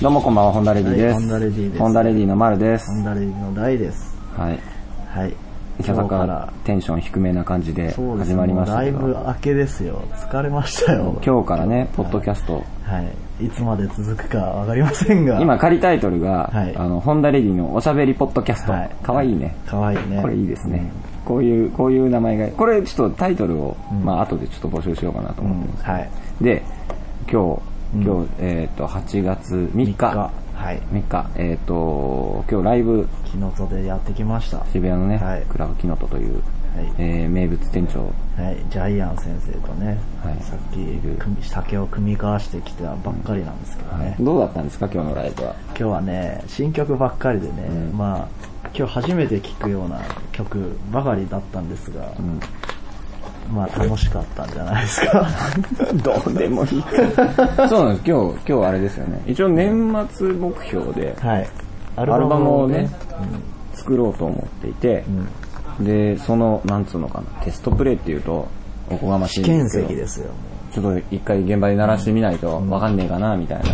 どうもこんばんは、ホンダレディではいす。ホンダレディですホンダレディの丸ですホ。ンダレディの大です。はい。はい。いささかテンション低めな感じでそうです始まりましたけもうど、だいぶ明けですよ。疲れましたよ。今日からね、ポッドキャスト、はい。いつまで続くかわかりませんが。今仮タイトルが、はいあの、ホンダレディのおしゃべりポッドキャストはい。かわいいね。かわいいね。これいいですね。こういう、こういう名前が、これちょっとタイトルを、まあ後でちょっと募集しようかなとうん。思ってます。はい。で、今日、今日、えっと、8月3日、はい。 3日、えっと、今日ライブ、木の戸でやってきました。は渋谷のね、はいクラブキノトという、い。えー名物店長、はい、ジャイアン先生とね、はいさっき組酒を組み交わしてきたばっかりなんですけどね、どうだったんですか今日のライブは。今日はね新曲ばっかりでね、まあ今日初めて聴くような曲ばかりだったんですが、まあ楽しかったんじゃないですか どうで もいい。 そうなんです。今日、今日あれですよね。一応年末目標で、はいアアルバルバムムををねね、作ろうと思っていて、で、その、なんつうのかな、テストプレイっていうと、おこがましい試んで験すけど席ですよもちょっと一回現場で鳴らしてみないとわかんねえかな、みたいな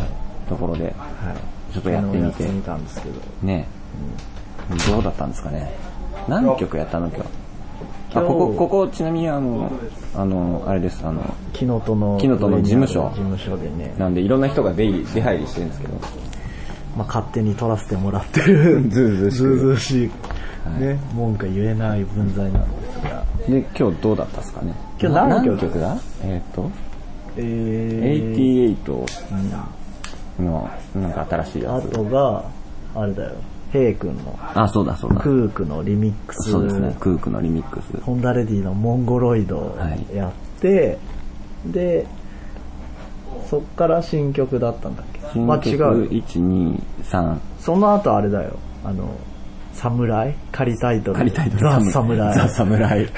ところで、う、はい、ちょっとやってみて昨日やってみたんですけどね、どうだったんですかね。何曲やったの今日。あ、ここ、ここ、ちなみにあの、あの、あれです、あの、木の戸の木の戸の事務所事務所でね、なんでいろんな人が出入り、出入りしてるんですけど、まあ、勝手に取らせてもらってる ずうずうしくずうずうしい、ね、文句言えない文在なんですがで、今日どうだったですかね今日何曲だえっ、と、えー、 88の、なんか新しいやあつ。とが、あれだよ、ヘイ君の、あ、そうだそうだ。クークのリミックス、そうですね、クークのリミックス。ホンダレディのモンゴロイドをはいやって、で、そっから新曲だったんだっけまあ違うよ。 1、2、3。その後あれだよ、あの、侍仮タイトル。仮タイトル。ザ・ザ・侍。侍。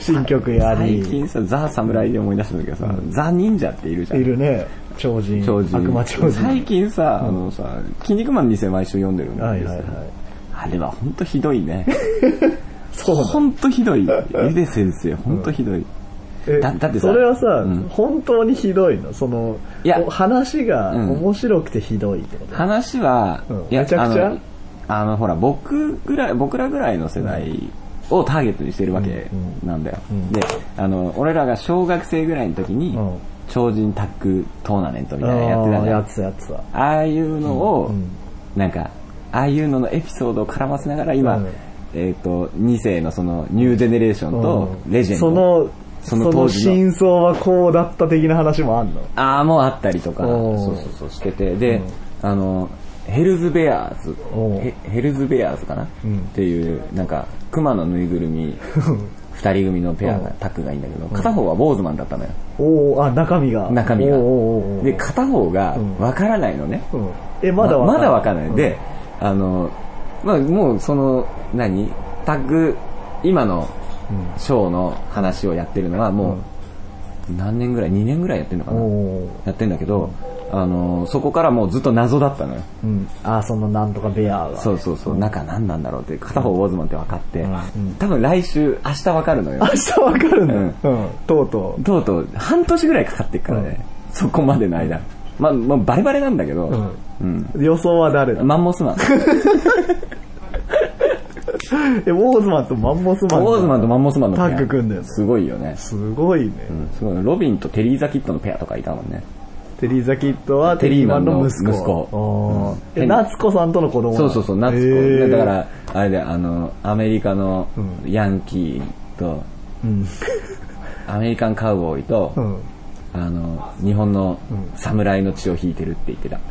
新曲や最り、近さ、ザ・侍で思い出したんだけどさ、ザ・忍者っているじゃいん。るね、超人、超人悪魔超人。最近さ、あのさ、筋肉マン2世毎週読んでるんだはけいどはいはさい。あれはほんとひどいね。 そうなんだほんとひ どい。ゆで先生、ほんとひどい。えだだってさそれはさ、うん本当にひどいのそのいやお話がうん面白くてひどいってこと、話は、うんいやめちゃくちゃあのあのほら僕ぐらい僕らぐらいの世代をターゲットにしてるわけなんだよ、んであの俺らが小学生ぐらいの時に、うん超人タッグトーナメントみたいなのやってたあーじゃやんつやつはああいうのを、んなんかああいうののエピソードを絡ませながら今、うんえっ、と2世のそのニュージェネレーションとレジェンド、そのそそのの当時の真相はこうだった的な話もあんのああもうあったりとか、おーそうそうそうしてて、で、あの、ヘルズベアーズおーヘ、ヘルズベアーズかな、うんっていう、なんか、熊のぬいぐる み、二人組のペアが、タッグがいいんだけど、片方は坊主マンだったのよ、おおあ中身が中身がおーおーおーお。ーで、片方がわからないのね。うんえまだわままだわかんんない。で、あの、まあもうその、何タッグ、今のショーの話をやってるのはもう、何年ぐらい ?2 年ぐらいやってるのかおなおーやってんだけど、あのそこからもうずっと謎だったのよ。うんあそのなんとかベアがそうそうそう、中何なんだろうって、片方ウォーズマンって分かって、うん多分来週、明日分かるのよ明。日わかるんだ、うんうんとうととうとう、半年ぐらいかかってっからね、そこまでの間。まあ、まあ、バレバレなんだけど、んうん。う予想は誰だマンモ スマン。ウえウォーズマンとマンモスマンォーズマンとマンモスマンのペアタッグ組んでんのすごいよね。すごいね、うんすごい。ロビンとテリー・ザ・キッドのペアとかいたもんね。テリー・ザ・キッドはテリーマンの息子。テリーマンの息子あーうえ、ん夏子さんとの子供なそのうそうそう、夏子。へーだから、あれで、あの、アメリカのうヤンキーと、うん。アメリカンカウボーイと、あの、日本の侍の血を引いてるって言ってた。うん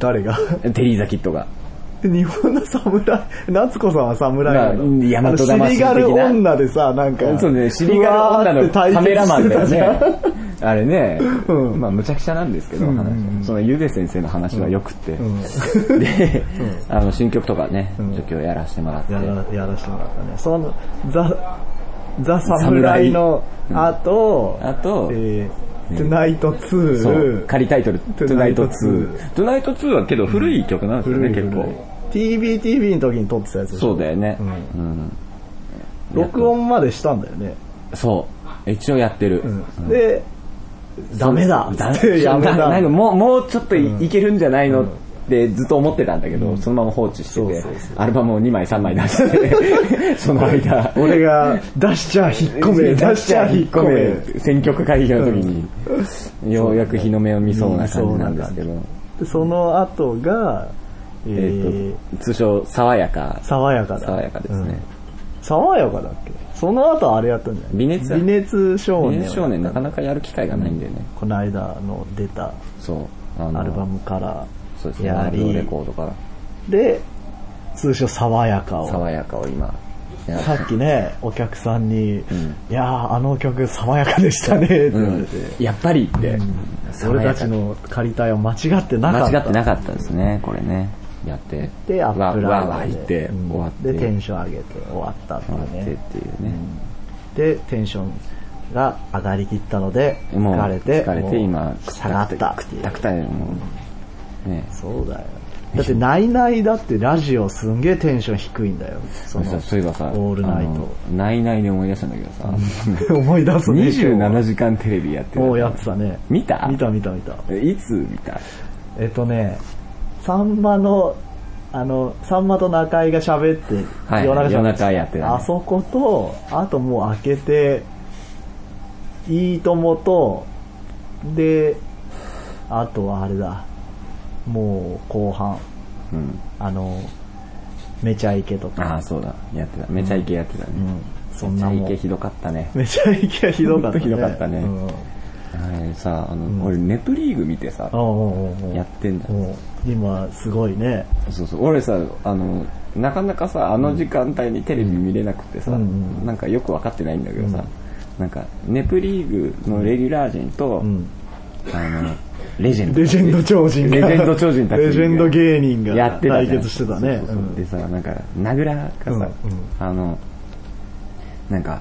誰がテリーザキットが。日本の侍、夏子さんは侍なまあうんの。大和魂的あなのシリガル女でさ、なんか。そうね、シリガル女うわーのって対カ決メラマンだよしてたじゃんね。あれね、うんまあ、むちゃくちゃなんですけど、うん話うんそのゆで先生の話はよくって。んで、あの、新曲とかね、んちょっと今日やらせてもらって。やら、やらしてもらったね。その、ザ、ザ・侍の後、あと、えー、トゥナイト2。そう、仮タイトル、トゥナイト Tonight 2。トゥナイト2はけど古い曲なんですよね、古い結古い構。 TBTV の時に撮ってたやつでしょそうだよね。ううん録音までしたんだよね。そう。一応やってる。で、ダメだだ やめたななんかもう、もうちょっとい,、けるんじゃないのってずっと思ってたんだけど、そのまま放置しててそうそうそ、アルバムを2枚3枚出 して、その間、 俺が出しちゃ引っ込 め、出しちゃ引っ込め。選挙区会議の時に、ようやく日の目を見そうな感じなんですけど、でその後が、ええーーと、通称、爽やか、爽やかだ。爽やかですね。爽やかだっけその後あれやったんじゃない微熱微熱少年。年少年なかなかやる機会がないんだよね。この間の出たそう。あアルバムからそうですね、やラジオレり、コードから、で、通称爽やかを。爽やかを今、やさっきね、お客さんに、んいやー、あの曲爽やかでしたね、って言われて。うんやっぱりって、俺たちの借りたいは間違ってなかった。間違ってなかったですね、これね。やって。で、アップわラわわイ言ブって、うん終わって。で、テンション上げて終わったってい終わっうてね。っていうね。で、テンションが上がりきったので、もう疲れて、疲れてもう今下がったっていうたくたもう、ね。そうだよ。だって、ないないだってラジオすんげえテンション低いんだよ。そさの、そういえばさ、オールナイあのないないで思い出したんだけ どさ、ト。思い出すね。 27時間テレビやってたもうやってたね。見た見た見た見た。えいつ見たえっとね、さんまの、あの、さんまと中居が喋って、はい喋夜中やってたねあそこと、あともう開けて、いいともと、で、あとはあれだ、もう後半、うん。あの、めちゃイケとか、ああ、そうだ。やってた。めちゃイケやってたね。うん、そんなめちもゃイケん。ひどかったね。めちゃイケはひどかったほんとね。ひどかったねうん。あれさ、あの、俺、ネプリーグ見てさ、うんうんうんうんやってんだ。うん今、すごいね。そうそう俺さあのなかなかさあの時間帯にテレビ見れなくてさ、うんうんなんかよく分かってないんだけどさ、なんかネプリーグのレギュラー陣と、うん。あのレジェンドレジェンド超人がレジェンド超人たちレジェンド芸人がやってた対じゃん決してたねそうそうそううんでさなんか名倉がさ、うんうんあのなんか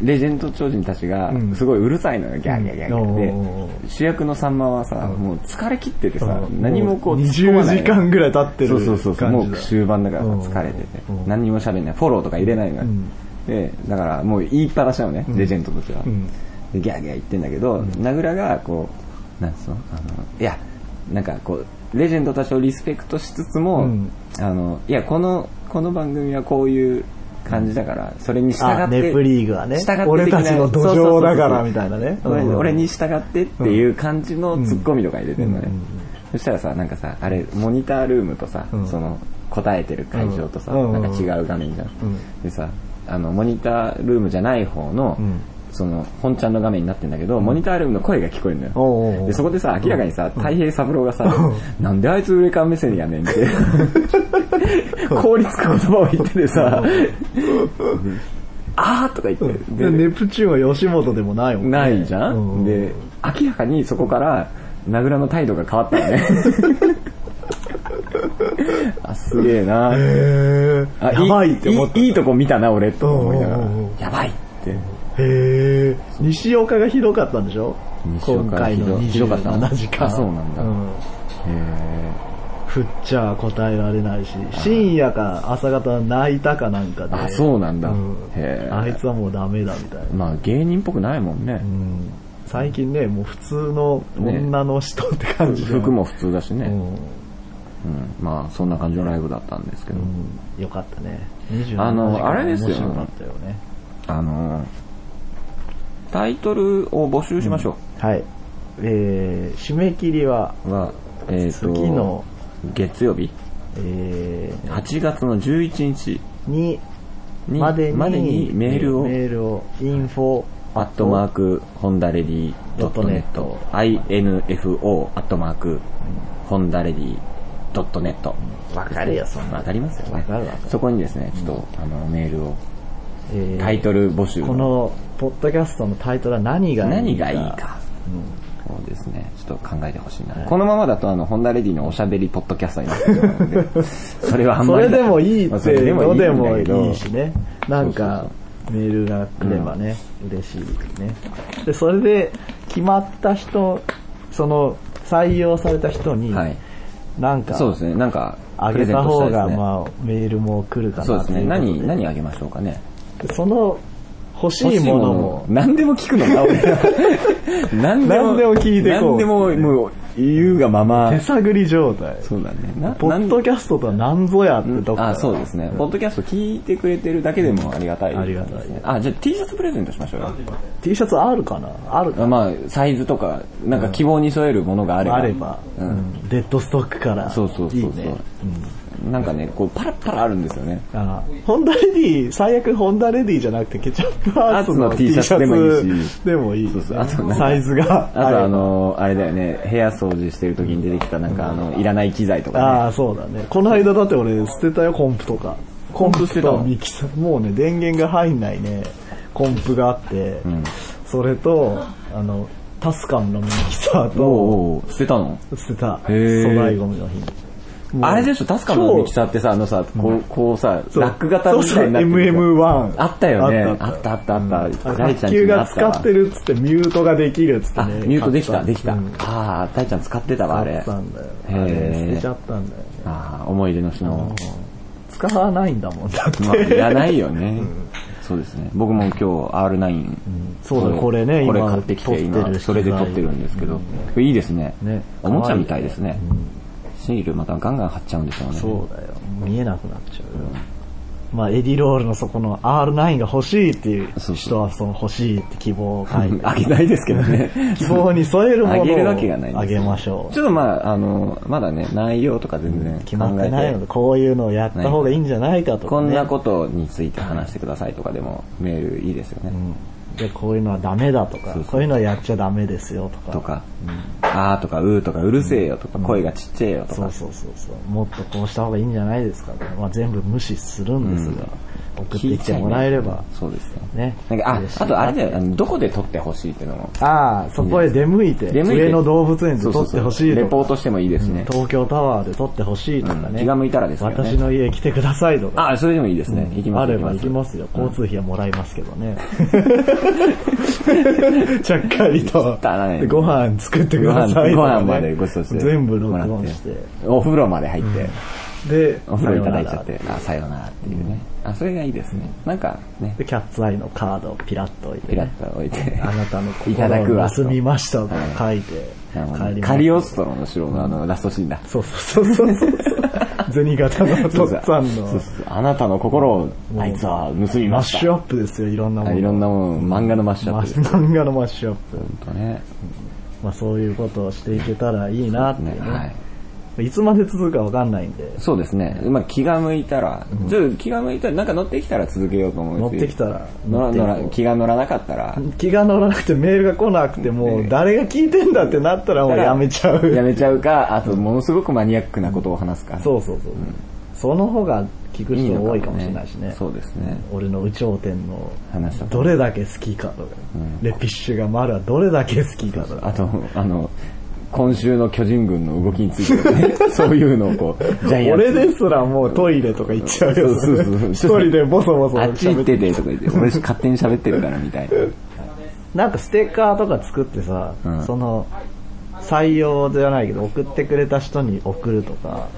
レジェンド超人たちがうんすごいうるさいのよ、ギャーギャーギャーギャうんーおーおーおで主役のさんまはさ、もう疲れ切っててさ、うん何もこうもう突っ込まない20時間ぐらい経ってるそうそうそうそう感じもだう終盤だからさうん疲れてて、うん何にも喋んないフォローとか入れないのよ、んでだからもう言いっぱなしなのね、レジェンドたちは、うんでギャーギャー言ってんだけど、名倉がこうなんつうのあのいやなんかこうレジェンドたちをリスペクトしつつも、うんあのいやこのこの番組はこういう感じだからそれに従あってネプリーグはね従って的な俺たちの土そうそうそうそ壌うだからみたいなね俺うん俺に従ってっていう感じのツッコミとか入れてるのね、うんうんうんそしたらさなんかさあれモニタールームとさ、うんその答えてる会場とさ、うんなんか違う画面じゃん、んでさあのモニタールームじゃない方の、うんその本ちゃんの画面になってんだけど、モニタールームの声が聞こえるのよ、おうおうおうでそこでさ明らかにさ太平三郎がさ、なんであいつ上から目線やねんって 効率く言葉を言っててさあーとか言って、 でネプチューンは吉本でもないもんねないじゃん、うんで明らかにそこから名倉の態度が変わったよね あすげえなへーあやばいって思ったいいいいとこ見たな俺と思いながらうんうんうんやばいってへえ西岡がひどかったんでしょ西今岡が回ひどのひどかった27時間あそうなんだうんへ振っちゃ答えられないし深夜か朝方泣いたかなんかであそうなんだんへーあいつはもうダメだみたいなえまあ芸人っぽくないもんね、うん最近ね、もう普通の女の人って感じで、服も普通だしね、ううんん、まあそんな感じのライブだったんですけど、うん、よかったね。27時間あのあれですよ面白かったよね。あのータイトルを募集しましょはい。えー、締め切りは、う、はえーと次の月曜日え8月の11日ー、に、にまでに、までにメールをメールを、info、アットマーク、ホンダレディドットネット、info、アットマーク、ホンダレディドットネット。わかるよそんなわかりますよね。わかるわかるそこにですね、ちょっと、あの、メールを、えータイトル募集この、ポッドキャストのタイトルは何がいいか。何がいいか。そうですね。ちょっと考えてほしいな。このままだと、あの、ホンダレディのおしゃべりポッドキャストになってしまうの で、それはあんそまり。れでもいいまあっそてれいうのでんだもけどいいしね。なんそかう、メールが来ればね、嬉しいね。で、それで、決まった人、その、採用された人に、はい。なんか、そうですね。なんか、あプげレゼンたトし方いですが、ねまあ、メールも来るかなそうですとね。いうこと何、何あげましょうかね。でその、欲しいものも。何でも聞くのな、俺 は何何でも聞いていこう何でも、もう、言うがまま手。探り状態。そうだね。なポッドキャストとは何ぞやってなんとこからあ、そうですね。ポッドキャスト聞いてくれてるだけでもありがたい、ありがたい。あ、じゃあ T シャツプレゼントしましょうよ。 T シャツあるかなあるかあまあ、サイズとか、なんか希望に添えるものがあれば。あれば、う。うんんデッドストックから。そうそうそうそういいね。なんかね、こう、パラパラあるんですよね。あホンダレディ、最悪ホンダレディじゃなくてケチャップハーツのハーツの T T シシャャツツでもいいでもいい。しそうそうあとなんかサイズが。あとあの、あれだよね、部屋掃除してる時に出てきたなんかあの、いらない機材とかああ、そうだね。この間だって俺捨てたよ、コンプとか。コンプ捨てたのとミキサーもうね、電源が入んないね、コンプがあって、んそれと、あの、タスカンのミキサーね。おと、うおう捨てたの捨てた、粗へー大ゴミの日に。もうあれでしょ、確かのミキサーってさ、あのさ、こう、こうさ、そうラック型みたいになってるじゃんそうそう MM1 あったよね。あったああっったあったあった。大ち卓ゃん家球にあがっ使たわってるっつってミュートができるっつってあ、ね。ミュートできた、買でっきた。うんああ、大ちゃん使ってたわ、あ買れっ。たんだよ。あへーれ捨てちゃったんだよね。ああ、思い出の品を。使わないんだもん、だって。まあ、いらないよね。そうですね。僕も今日 R9。そうだこれねこれ今買ってき、撮っててる今、それで撮ってるんですけど。これいいですねね。おもちゃみたいですね。シールまたガンガン貼っちゃうんでしょうね。そうだよ。見えなくなっちゃうよ。まあ、エディロールのそこの R9 が欲しいっていうそうそう人はその欲しいって希望を書いて、あげないですけどね。 希望に添えるものあをげるわけがないんですあげましょちょっとまああの、まだね、内容とか全然う。決まっ考てえないての、で、こういうのをやった方がいいんじゃないかとこか、ね。んなことについて話してくださいとかでもメールいいですよね。で、こういうのはダメだとか、そうそうこういうのはやっちゃダメですよとか。とか、あーとかうーとかうるせえよとか、声がちっちゃいよとそうか。そうそうそう。もっとこうした方がいいんじゃないですかとか。まあ、全部無視するんですが、送ってきてもらえれば。そうですね。ね。なんか、あ嬉し、いあとあれだよ、あのどこで撮ってほしいっていうのも。ああ、そこへ出向いて、出向いて上野動物園でそうそ撮うっそてうほしいとレかポートしてもいいですね。東京タワーで撮ってほしいとかね、うん気が向いたらですよね私の家来てくださいとか。あ、それでもいいですね。行きまあすれば行きますよ。交通費はもらいますけど ね。ちゃっかりと汚いね。ご飯作ってくださいとかねご飯までご馳走して。全部録音してもらっ。お風呂まで入って、で、お風呂いただいちゃっさよて、あ、さようならっていうね。あ、それがいいですね。なんかねなら。、で、キャッツアイのカードをピラッと置いてピラね、ッと置いて。あなたのいただく心をわ。盗みましたと書いてなるほど帰ります。カリオストロの城のあの、ラストシーンだ。そうそうそうそ うそう。銭形のとっさんそうのそうあなたの心を、あいつは盗みマまッしシュた。アップですよ、いろんなもあの。いろんなもん、漫画のマッシュアマップです。漫画のマッシュアップ。ほんとね。まあそういうことをしていけたらいいなっていねうね。はい。い、つまで続くかわかんないんで、そうですね。まあ気が向いたら、ちょっと気が向いたら、なんか乗ってきたら続けようと思うし。乗ってきたら乗ら、乗っ乗ていら、こう気が乗らなかったら、気が乗らなくてメールが来なくてもう誰が聞いてんだってなったらもうやめちゃう。やめちゃうか、あとものすごくマニアックなことを話すか。そうそうそう。その方が聞くいの人も多いかもしれないしね。そうですね。俺の有頂天の話したどれだけ好きかとか、レピッシュが丸はどれだけ好きかとか、あと、あの、今週の巨人軍の動きについてね、 そういうのをこう、ジャイアンツ。俺ですらもうトイレとか行っちゃうよ。そうそうそう一人でボソボソあっち行喋っってててとか言って、俺勝手に喋ってるからみたいな。なんかステッカーとか作ってさ、うんその、採用じゃないけど、送ってくれた人に送るとか、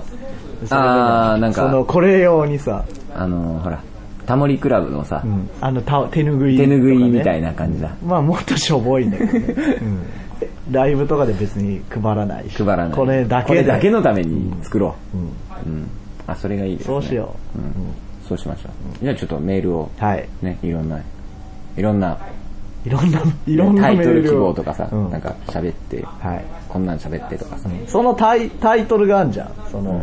それであーなんかその、これ用にさ、あの、ほら、タモリクラブのさう、んあの、た手拭い、手拭いみたいな。な感じだ。まあ、もっとしょぼいんだけど ね、うんライブとかで別に配らないし。配らない。これだけで。これだけのために作ろう。うん。あ、それがいいですね。そうしよう。そうしましょう。じゃあちょっとメールを、はい。ね、いろんな、いろんな、いろんな、いろんなタイメトールル希望をとかさ、うんなんか喋って、はい。こんなん喋ってとかさ、そのタイタイトルがあるじゃん。その、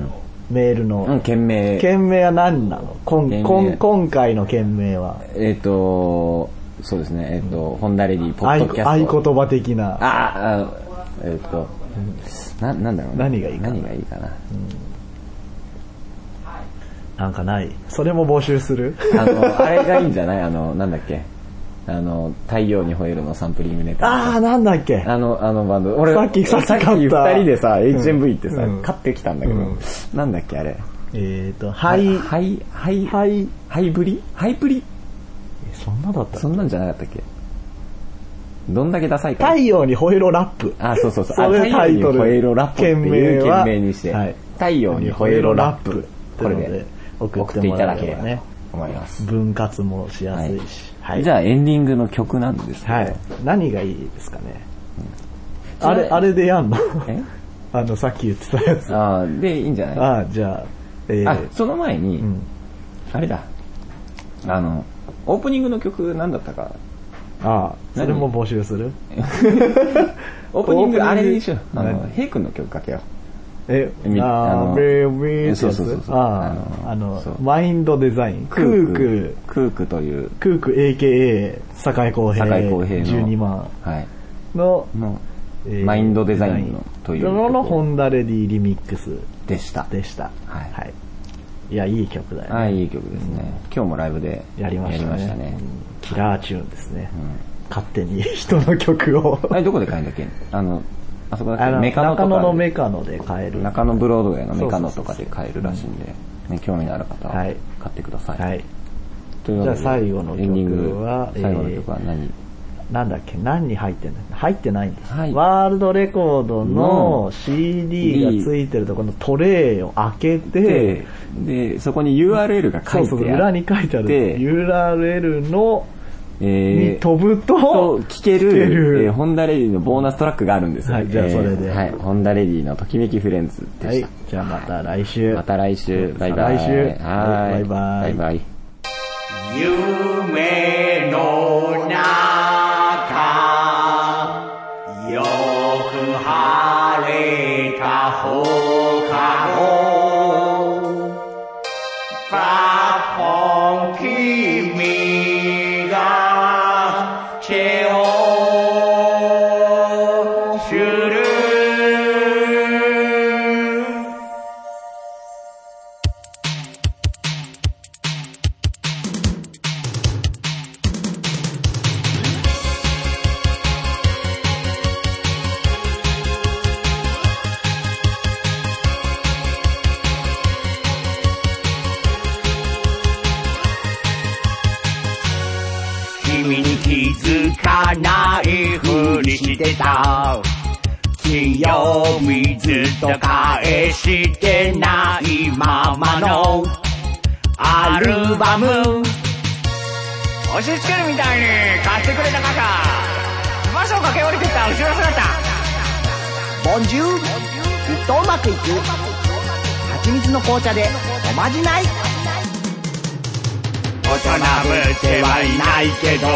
メールの。うん、件名、件名は何なのこん件名こん今回の件名は。えっ、と、そうですね、えっ、と、ホンダレディ、ポ合ッいドキャスト。合言葉的な。ああ、えっ、と、な、なんだろうな。何がいいかな何がいいかな。なんかない。それも募集するあの、あれがいいんじゃないあの、なんだっけあの、太陽に吠えるのサンプリングネタ。あー、なんだっけあの、あのバンド。俺、さっきさっき買った二人でさ、HMV ってさ、うん買ってきたんだけど、うんなんだっけあれ。えっと、はい、ハイ、ハイ、はハイ、い、ハイブリハイブリそんなだったそんなんじゃなかったっけどんだけダサいか太。陽に吠えろラップ。あ、そうそうそう。それあ太陽にタイトル吠えろラップっていう件名は件名にして、はい太陽に吠えろラップ。ここれれでで送送っってていもたらだえけれればばねね。思います。分割もしやすいし。はい。じゃあエンディングの曲なんですけど、はい。何がいいですかね。うんあれ、あれでやんの えあの、さっき言ってたやつ。ああーで、いいんじゃないあ、じゃあ、えーあ、その前に、うん。あれだ。あの、オープニングの曲なんだったか。ああ、それも募集するオープニンオープニング、グあれにしよう。あの、何ヘイ君の曲かけよえ、みああのー、ベーベーってそやうそうそうつそうああ、ああののそう、マインドデザイン。う。クーク、クークという、クーク AKA、坂井公平。坂井公平の12万はい。の、の、えーマインドデザインのデザインというの曲のをホンダレディリミックスでした。でした。はいい。いや、いい曲だよね。はい、いい曲ですね。今日もライブでやりましたねねうんキラーチューンですね。うん勝手に人の曲を。あれ、どこで買えんだっけあの、 あそこだっあけのメカノとか中野で。のメカノで買える。中野ブロードウェイのメカノとかで買えるらしいんで、ね、興味のある方ははい買ってください。はい。というわけでじゃあ最後の曲はエンディングえー最後の曲は何、なんだっけ何に入ってんだ入ってないんです、はいワールドレコードのの CD がついてるところのトレイを開けて、で、で、そこに URL が書そういてあって、そう、裏に書いてあるで URL の、えにー、飛ぶとと、聞けるえーホンダレディのボーナストラックがあるんですよはいじゃあそれではい、ホンダレディのときめきフレンズではしいた。。じゃあまた来週。また来週、バイバイ。来週は。はいいバイバイバイバイ夢の中よく晴れた放課後カッポン君が手を振る君に気づかないふりしてた金曜日ずっと返してないままのアルバム押し付けるみたいに買ってくれた方場所を駆け下りてった後ろ姿ボンジュールきっとうまくいく蜂蜜の紅茶でおまじない大人ぶってはいないけど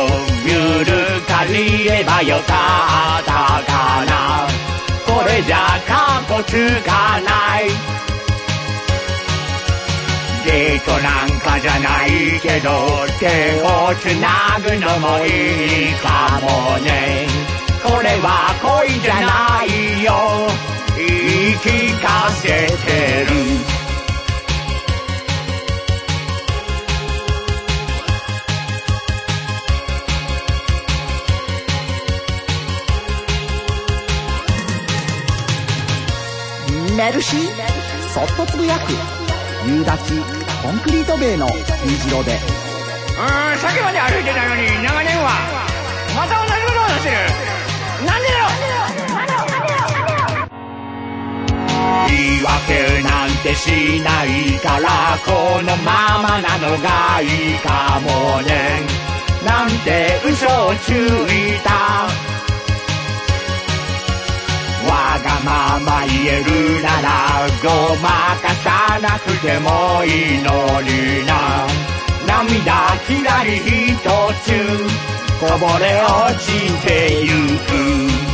ゆるかじればよかったかなこれじゃかっこつかないデートなんかじゃないけど手をつなぐのもいいかもねこれは恋じゃないよ言い聞かせてるメルシーそっとつぶやく夕立コンクリート塀の虹色でうーん、さっきまで歩いてたのに長年は。また同じことを話してる。なんでだよ言い訳なんてしないから、このままなのがいいかもね。なんて嘘をついた。わがまま言えるならごまかさなくてもいいのにな涙きらりひとつこぼれ落ちてゆく